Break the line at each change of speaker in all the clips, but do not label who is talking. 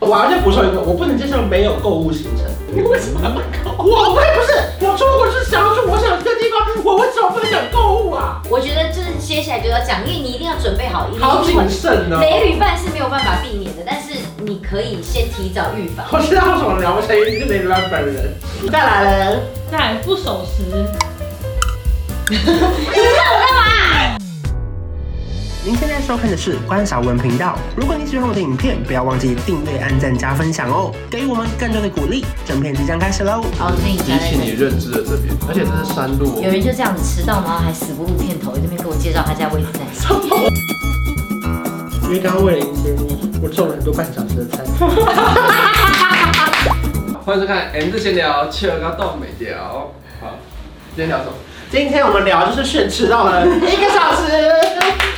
我要再补充一个，我不能接受没有购物行程。
你为什么要买购物？
我我也不是，我出国是想要去我想去的地方，我为什么不能讲购物啊？
我觉得就是接下来就要讲，因为你一定要准备好一定
好谨慎哦呢。
雷雨饭是没有办法避免的，但是你可以先提早预防。
我知道为什么聊，我想一定是没办本人。再来嘞，
再来不守时，
您现在收看的是关少文频道。如果你喜欢我的影片，不要忘记订阅、按赞、加分享哦，给予我们更多的鼓励。正片即将开始喽！
好，自己
比起你认知的这边，而且这是山路哦
有人就这样迟到，然后还死不露片头，这边给我介绍他家位置在哪。
因为刚刚为了迎接你，我种了很多半小时的菜。
哦。欢迎收看 M 字闲聊，切尔高到美聊。好，今天聊什么？
今天我们聊就是炫迟到 了一个小时。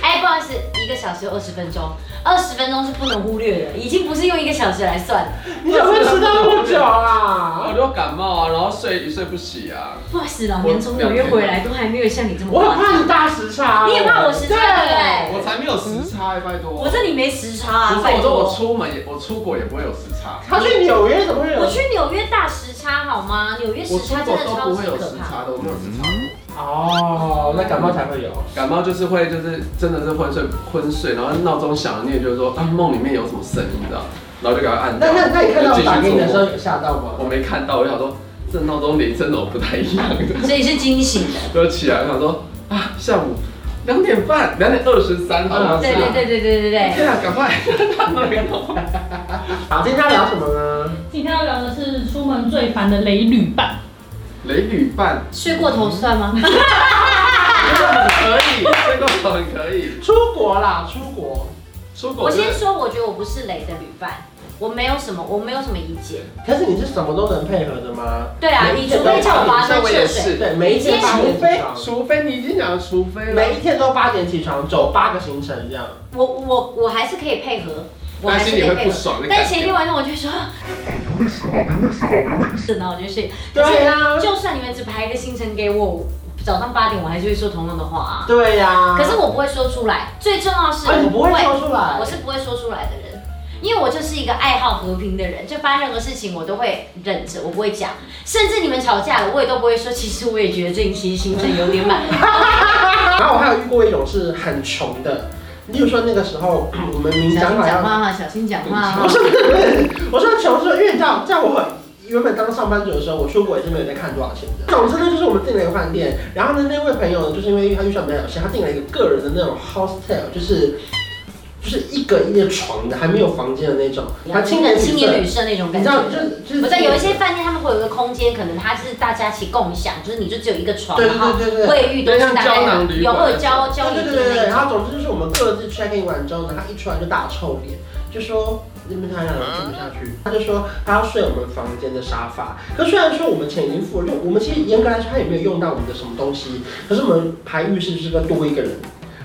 哎，不好意思，一个小时二十分钟，二十分钟是不能忽略的，已经不是用一个小时来算了。
你怎么会迟到那么久
我
啊？
就感冒啊，然后睡一睡不起啊。
不好意思，老娘从纽约回来都还没有像你这么
我很
夸张。
怕你大时差。哦
你也怕我时差对不对？
我才没有时差、欸，拜托。
我这里没时差啊，
不是，
拜
我说
托
我出门也，我出国也不会有时差。
他去纽约怎么会有？
我去纽约大时差好吗？纽约时
我出
差真
国
的
都
超
不
级
会有
可
时
怕
差。的，我没有时差。
哦，那感冒才会有。
嗯感冒就是会，就是真的是昏睡昏睡，然后闹钟响了，你也觉得说啊梦里面有什么声音，你知道？然后就赶快按掉。
那那那你看到我
就继续
打给你的
做
时候有吓到吗？
我没看到，我想说这闹钟铃声怎么不太一样的？
所以是惊醒的。
就起来我想说啊，下午两点半，两点二十三，好像是。
哦对对对对对对对。
天啊，赶快！
好，今天要聊什么呢？
今天要聊的是出门最烦的雷旅伴。嗯
雷旅伴，
睡过头算吗？
这个很可以，这个很可以。
出国啦，出国。
出国
我
就
先
是
说，我觉得我不是雷的旅伴，我没有什么，我没有什么意见。
可是你是什么都能配合的吗？
对啊，
每
你
一天
除
都
非叫我跋
这
山
我
涉
也
水，
是。
对，每一天八
除
点
非
起床，
除非你已经讲了除非了，
每一天都八点起床，走八个行程这样。
我我我还是可以配合，我还
担
是
心
可以
你会
配
不
合。
爽的
但
感
前一天
觉。
晚上我就说，然后我就睡。
对呀，
就算你们只排一个行程给我，早上八点我还是会说同样的话啊。
对呀。
可是我不会说出来，最重要是
啊，你
我
不会说出来
我。是不会说出来的人，因为我就是一个爱好和平的人，就发生任何事情我都会忍着，我不会讲，甚至你们吵架了，我也都不会说。其实我也觉得这一期行程有点满，
然后我还有遇过一种是很穷的，例如说那个时候 我们
小
明
心
讲好像，
讲话哈，小心讲话
不
哈。
是不是不是，我说穷是因为你知道，在我原本当上班族的时候，我出国也是没有在看多少钱的。总之呢，就是我们订了一个饭店，然后呢，那位朋友呢，就是因为他预算比较有限，他订了一个个人的那种 hostel，就是。就是一个一个床的，还没有房间的那种，还青年旅
青年旅
社，
社那种
你
感
知
觉
道，。就是就是。
我在有一些饭店，他们会有一个空间，可能它是大家一起共享，就是你就只有一个床，
对
然
对
后
对对对。
卫浴都是大
有点像胶
概
囊旅
有
馆
会有交交
对对
易的
对对
那
对，
种。
然后总之就是我们各自 check in 完之后呢，他一出来就大臭脸，就说你们想想听不下去，他就说他要睡我们房间的沙发。可虽然说我们钱已经付了，就我们其实严格来说他也没有用到我们的什么东西，可是我们排浴室就是个多一个人。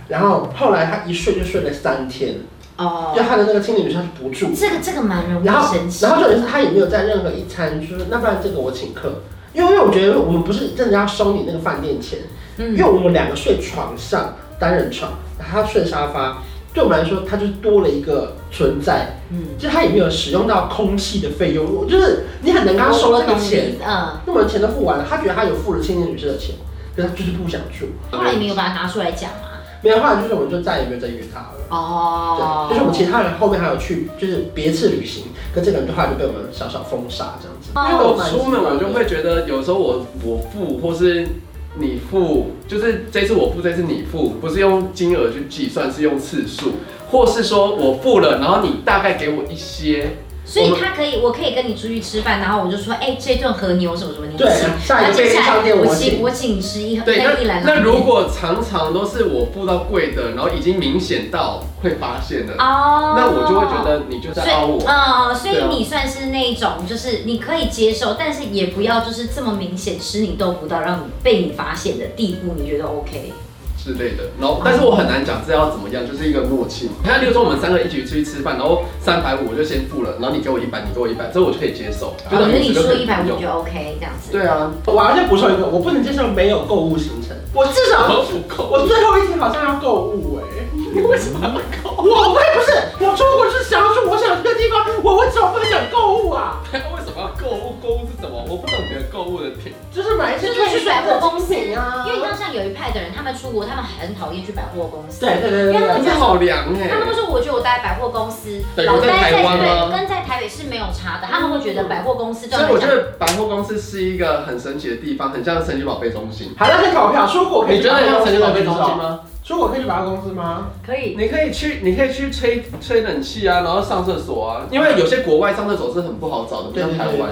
然后后来他一睡就睡了三天，就
哦，
他的那个青年旅社是不住，
这个这个蛮容易
然后
生气
然。后重点是他也没有在任何一餐就是那不然这个我请客，因为因为我觉得我们不是真的要收你那个饭店钱。因为
嗯，
我们两个睡床上单人床，他睡沙发，对我们来说，他就是多了一个存在，
嗯，
就他也没有使用到空气的费用，我就是你很难跟他收
我
这个
懂你
钱，
意思，嗯，
那么钱都付完了，他觉得他有付了青年旅社的钱，可是他就是不想住，
后来你没有把它拿出来讲啊。
没有后来就是我们就再也没有再约他了。
哦
对，，就是我们其他人后面还有去，就是别次旅行，跟这个人的话就被我们小小封杀这样子。
哦
因为我出门我就会觉得有时候我我付或是你付，就是这次我付，这次你付，不是用金额去计算，是用次数，或是说我付了，然后你大概给我一些，
所以他可以，我可以跟你出去吃饭，然后我就说，哎，这顿和牛什么什么，你
对
请。，
下一个
嗯接
便利
下
商
来
店
我
我
请
请，
我请吃一
对，
那一
那
篮
那
拉面
如果常常都是我付到贵的，然后已经明显到会发现的，
哦，
那我就会觉。得你就在
所以
凹我，。
嗯，所以
对啊
你算是那一种，就是你可以接受，但是也不要就是这么明显吃你豆腐到让你被你发现的地步，你觉得 OK？
之类的，然后但是我很难讲这要怎么样，就是一个默契嘛。你看，例如说我们三个一起出去吃饭，然后三百五我就先付了，然后你给我一百，你给我一百，这我就可以接受。
我觉得哦你说一
一
百五就 OK 这样子。
对啊，
我要再补充一个，我不能接受没有购物行程，我至少
我不够，
我最后一天好像要购物哎、
为什么？
我我也不是，我出国是想要去我想讲这个地方，我为什么不想购物啊？
为什么要购物？购物是什么？我不懂你的购物的点。
就是买一些
就是去百货公司，
退休的精品啊
因为你知道，像有一派的人，他们出国，他们很讨厌去百货公司。
对对对
啊因为
对
他们
你
对，
好凉哎、
他们会说，我觉得我待百货公司，
等于在
待
台湾吗嗯
对，跟在台北是没有差的。他们会觉得百货公司对
所
他
以我
们
觉
讲，
得百货公司是一个很神奇的地方，很像神奇宝贝中心。
好，那先投票，出国可以
你
去
觉得
百
很
货
像
公
神
司
奇宝贝中心
吗？
吗？
出国可以去百货公司吗？
可以。
你可以去，你可以去吹吹冷气啊，然后上厕所啊，因为有些国外上厕所是很不好找的，不
对
像
对
台
对
湾。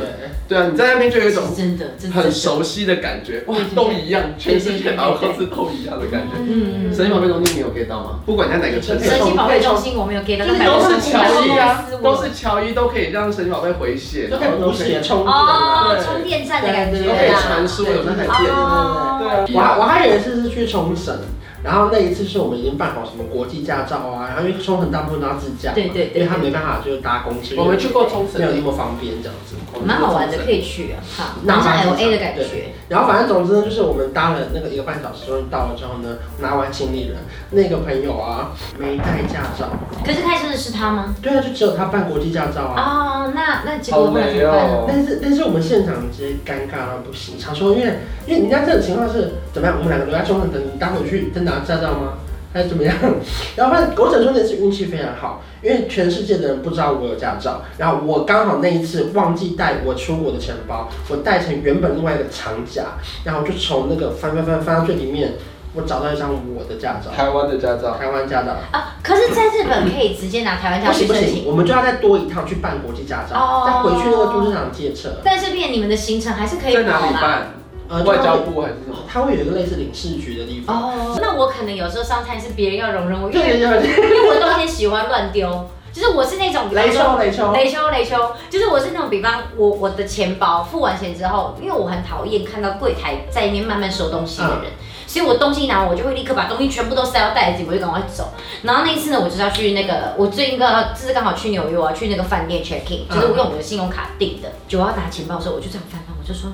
对，
对啊，你在那边就有一种
是真的，真的
很，熟悉的感觉，哇，都一样，全世界百货公司都一样的感觉。
嗯嗯
神奇宝贝中心你有 get 到吗？不管在哪个城市，
神奇宝贝中心我没有 get 到，
就是
但
都是
百货
乔伊啊
公司，
都是乔伊，都可以让神奇宝贝回血，
就可以补
都可以
血充电啊。
哦
对
充电站的感觉
都可以
啦。
传输，有那台
对
电。
哦，
对啊，
我还我还有一次是去冲绳，然后那一次是我们已经办好什么国际驾照啊，然后因为冲绳大部分都要自驾嘛，
对对
因
对
为他没办法就是搭公车，
我们去过冲绳
没有那么方便这样子。
蛮好玩的，可以去啊，好，
那
蛮像
蛮好
L
玩
A 的感觉。
然后反正总之呢，就是我们搭了那个一个半小时，终于到了之后呢，拿完行李了，那个朋友啊没带驾照，
可是开车的是他吗？
对啊，就只有他办国际驾照啊。
哦，那那结果后来怎么办呢？
但是但是我们现场直接尴尬到不行，想说因为因为人家这种情况是怎么样，我们两个留在冲绳等你搭回去再拿驾照吗？还是怎么样？ 然后发现我只能说那次运气非常好，因为全世界的人不知道我有驾照，然后我刚好那一次忘记带我出国的钱包，我带成原本另外一个长夹，然后我就从那个翻翻翻翻到最里面，我找到一张我的驾照，
台湾的驾照，
台湾驾照。
啊，可是在日本可以直接拿台湾驾
不行不
去申
行，
请，
我们就要再多一趟去办国际驾照，
哦
再回去那个都市场借车。
但是变你们的行程还是可以
在哪
跑
里
啦。
办？
呃，
外
就
交
会
部还是什么？
它会有一个类似领事局的地方。
哦，那我可能有时候上菜是别人要容忍我，因
对对
为
对
因为我都很喜欢乱丢，就是我是那种
对，雷秋雷秋，
哦雷修雷修，就是我是那种，比方我我的钱包付完钱之后，因为我很讨厌看到柜台在那边慢慢收东西的人，所以我东西拿完我就会立刻把东西全部都塞到袋子里，我就赶快走。然后那一次呢，我就是要去那个，我最近刚好就是刚好去纽约，我要去那个饭店 check in，就是我用我的信用卡订的，就我要拿钱包的时候，我就这样翻翻，我就说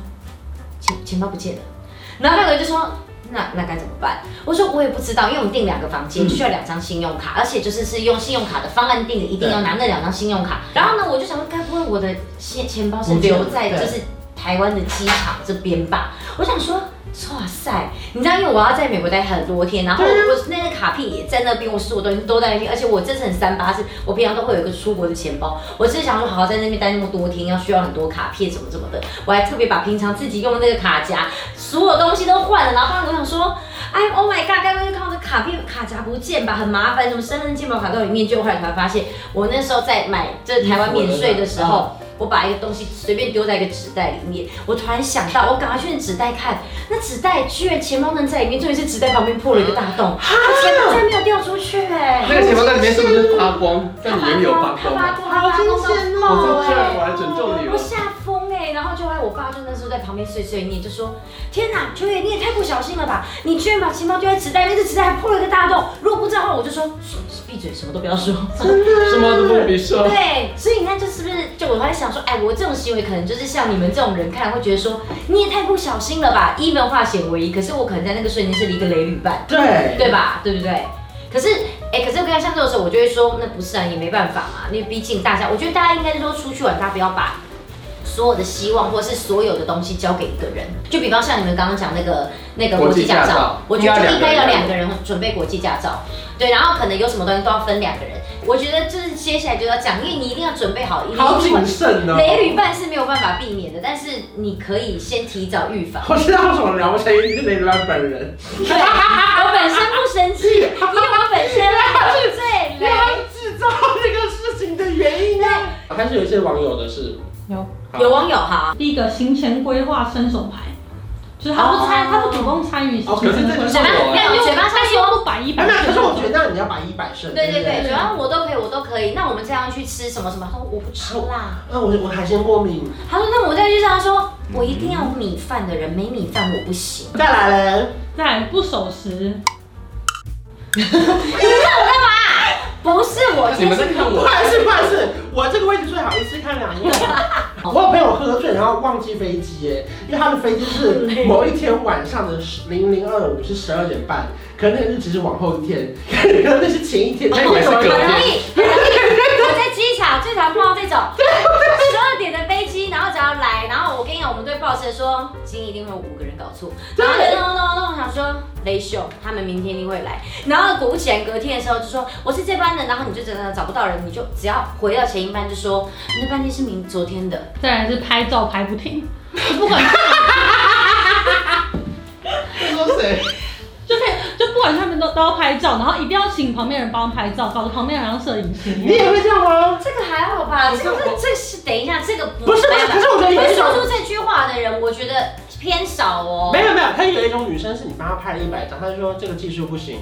钱钱包不见了，然后那个人就说。那那该怎么办？我说我也不知道，因为我们订两个房间
嗯
需要两张信用卡，而且就是是用信用卡的方案订的，一定要拿那两张信用卡。然后呢，我就想说，该不会我的钱钱包是留在
对
就是台湾的机场这边吧？我想说。哇塞！你知道，因为我要在美国待很多天，然后我
对啊
我那个卡片也在那边，我所有东西都在那边，而且我这次很三八，是我平常都会有一个出国的钱包，我只是想说好好在那边待那么多天，要需要很多卡片什么什么的，我还特别把平常自己用的那个卡夹，所有东西都换了，然后当时我想说，哎，Oh my god，该不会是看我的卡片卡夹不见吧？很麻烦，什么身份证、健保卡都里面，就后来才发现，我那时候在买这台湾免税的时候。我把一个东西随便丢在一个纸袋里面，我突然想到，我赶快去那纸袋看，那纸袋居然钱包能在里面，重点是纸袋旁边破了一个大洞，我钱包再没有掉出去哎、
那个钱包在里面是不是发光？在里面有发
他
光
发
吗？
光，他发光到
我
爆
在这
哎
儿，！我来拯救你哦
我
了。
吓疯哎！然后就后来我爸就那时候在旁边碎碎念，就说：“天哪，秋月你也太不小心了吧！你居然把钱包丢在纸袋里，那纸袋还破了一个大洞。如果不知道的话，我就说嘘闭嘴，什么都不要说。
什么都不必说。
对，所以你看，这是不是就我还想说，哎，我这种行为可能就是像你们这种人看来会觉得说你也太不小心了吧，even 化险为夷。可是我可能在那个瞬间是一个雷旅伴。
对
对吧？对不对？可是，哎、可是我跟他相处的时候，我就会说，那不是啊，也没办法嘛，因为毕竟大家，我觉得大家应该是说出去玩，大家不要把所有的希望或是所有的东西交给一个人。就比方像你们刚刚讲那个那个
国
国
际
际驾
驾
照
照，
我觉得就应该
应该要
要
两
两个人准备国际驾照，对，然后可能有什么东西都要分两个人。我觉得就是接下来就要讲，因为你一定要准备好，一定
好
是
谨慎哦。
雷旅伴是没有办法避免的，但是你可以先提早预防。
我知道为什么聊不成，因为是雷老本人。
对，我本身不生气，因为我本身最
因为
累。
他制造这个事情的原因啊。 还是有一些网友的是
有
好
有网友哈，
第一个行前规划伸手牌，就是他不参，
哦
他不主动参与行
哦可
前
是这
规
个
划。
是有啊
没有嘴巴上
他
说。
又不摆一
哎，
摆
没有，可是我觉得那你要把一百胜。
对对对，
不
主要我都可以，我都可以。那我们这样去吃什么什么？他说我不吃辣。
啊，我我海鲜过敏。
他说那我再去吃。他说我一定要有米饭的人，没米饭我不行。
再来嘞，
再来不守时，
不是我，
你们在看
不
我？
好意思，不好意思，我这个位置最好一次看两眼。我有朋友喝醉，然后忘记飞机耶，因为他的飞机是某一天晚上的零零二五是十二点半，可能那个日期是往后一天，可能那是前一天。
哦
那以为是隔
很容
天。
易，很容易。我在机场最常碰到这种，十二点的飞机，然后只要来，然后我跟你讲，我们对 boss 说，今天一定会有五个人搞错，然后就弄弄弄弄，想说雷秀他们明天一定会来，然后果不其然隔天的时候就说我是这班的，然后你就真的找不到人，你就只要回到前一班就说那班机是明昨天的，
再来是拍照拍不停，就不管
这说谁？
就可以就不管他们都都要拍照，然后一定要请旁边人帮拍照，搞得旁边人好像摄影师一
你
样。
也会哦这样吗？
这个还好吧？这个这是等一下，这个
不是不是，可是我觉得有
会
一种
说出这句话的人，我觉得偏少哦。
没有没有，他有一种女生是你帮她拍了一百张，她就说这个技术不行，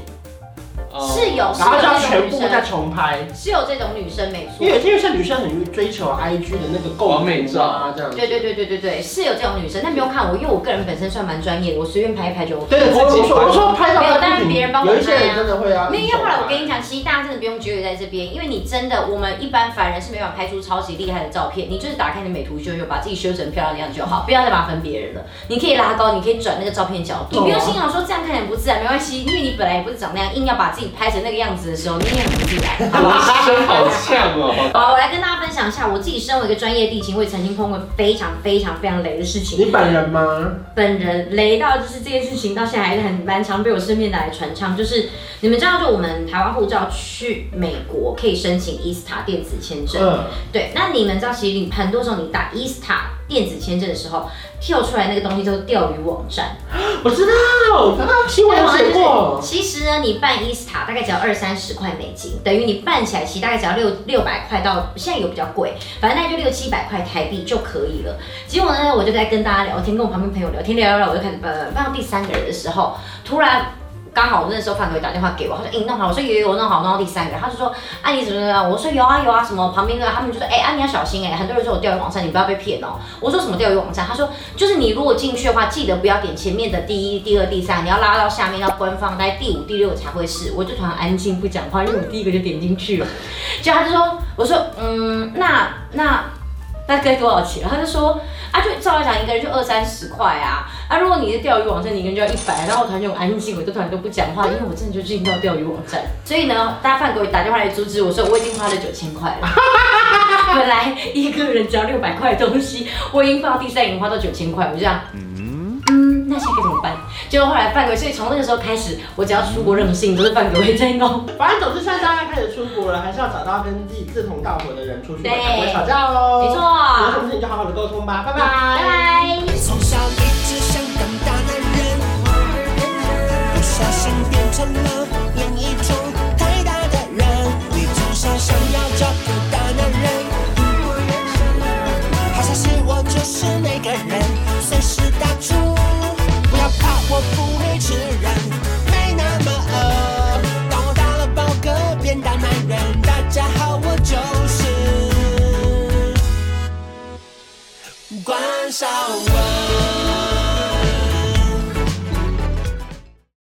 是
哦
有，是
然后就要
有这种
全
女
部再
生，
重拍。
哦是啊有这种女生没错
因。为因为像女生很追求 IG 的那个购
完美照
啊，这样子。
对对对对对对，是有这种女生，但不用看我，因为我个人本身算蛮专业的，我随便拍一拍就 OK。
对对，我
自己
说我说拍照
没有
拍不
但是
停
别人帮我
有一些
拍啊
人真的会啊。
没有，要不然我跟
你
你讲，其实大家真的不用纠结在这边，因为你真的，我们一般凡人是没办法拍出超级厉害的照片，你就是打开你的美图秀秀，把自己修成漂亮的样子就好，不要再麻烦别
啊
人了。你可以拉高，你可以转那个照片角度，你不用心想说这样看起来不自然，没关系，因为你本来也不是长那样，硬要把自己拍成那个样子的时候，你也很不自然。好不好
我声好像哦。
好，我来跟大家分享一下，我自己身为一个专业地勤，我也曾经碰过非常非常非常雷的事情。
你本人吗？
本人雷到，就是这件事情到现在还是很蛮常被我身边的来传唱。就是你们知道，就我们台湾护照去美国可以申请 E ESTA 电子签证，
嗯，
对。那你们知道，其实你很多时候你打 E ESTA 电子签证的时候，跳出来那个东西都是钓鱼网站。
我知道，新闻有写过。
其实呢，你办 ESTA 大概只要二三十块美金，等于你办起来其实大概只要六六百块到现在有比较贵，反正大概就六七百块台币就可以了。结果呢，我就在跟大家聊天，跟我旁边朋友聊天，聊聊聊，我就开始办办办到第三个人的时候，突然。刚好我那时候范哥打电话给我，他说：“诶、你弄好。”我说：“有有有弄好，弄到第三个人。”他就说：“啊，你怎么怎么样？”我说：“有啊有啊，什么旁边的他们就说：‘哎、啊，你要小心哎、很多人说我钓鱼网站，你不要被骗哦。’我说：‘什么钓鱼网站？’他说：‘就是你如果进去的话，记得不要点前面的第一、第二、第三，你要拉到下面到官方，大概第五、第六才会是。’我就突然安静不讲话，因为我第一个就点进去了。结果他就说：‘我说嗯，那那大概多少钱？’他就说：‘啊，就照来讲，一个人就二三十块啊。啊，如果你是钓鱼网站，你一个人就要一百。然后我突然就很安静，我就突然都不讲话，因为我真的就进到钓鱼网站。所以呢，大家饭给我打电话来阻止我说，我已经花了九千块了。 本来一个人只要六百块的东西，我已经放到第三，已经花到九千块，我就这样。嗯，那现在该怎么办？结果后来犯规，所以从那个时候开始，我只要出国任何事情都是犯规在弄。
反正总之，现在大家开始出国了，还是要找到跟自己志同道合的人出去玩，
对
才不会吵架哦。
没错
有什么事情就好好的沟通吧，拜拜。
拜拜。
从小一直想当大男人，不小心变成了另一种太大的人。你至少想要找个大男人，好消息我就是那个人，随时打住，不要怕，我不会吃人，没那么饿。当我打了饱嗝变大男人，大家好，我就是关少文。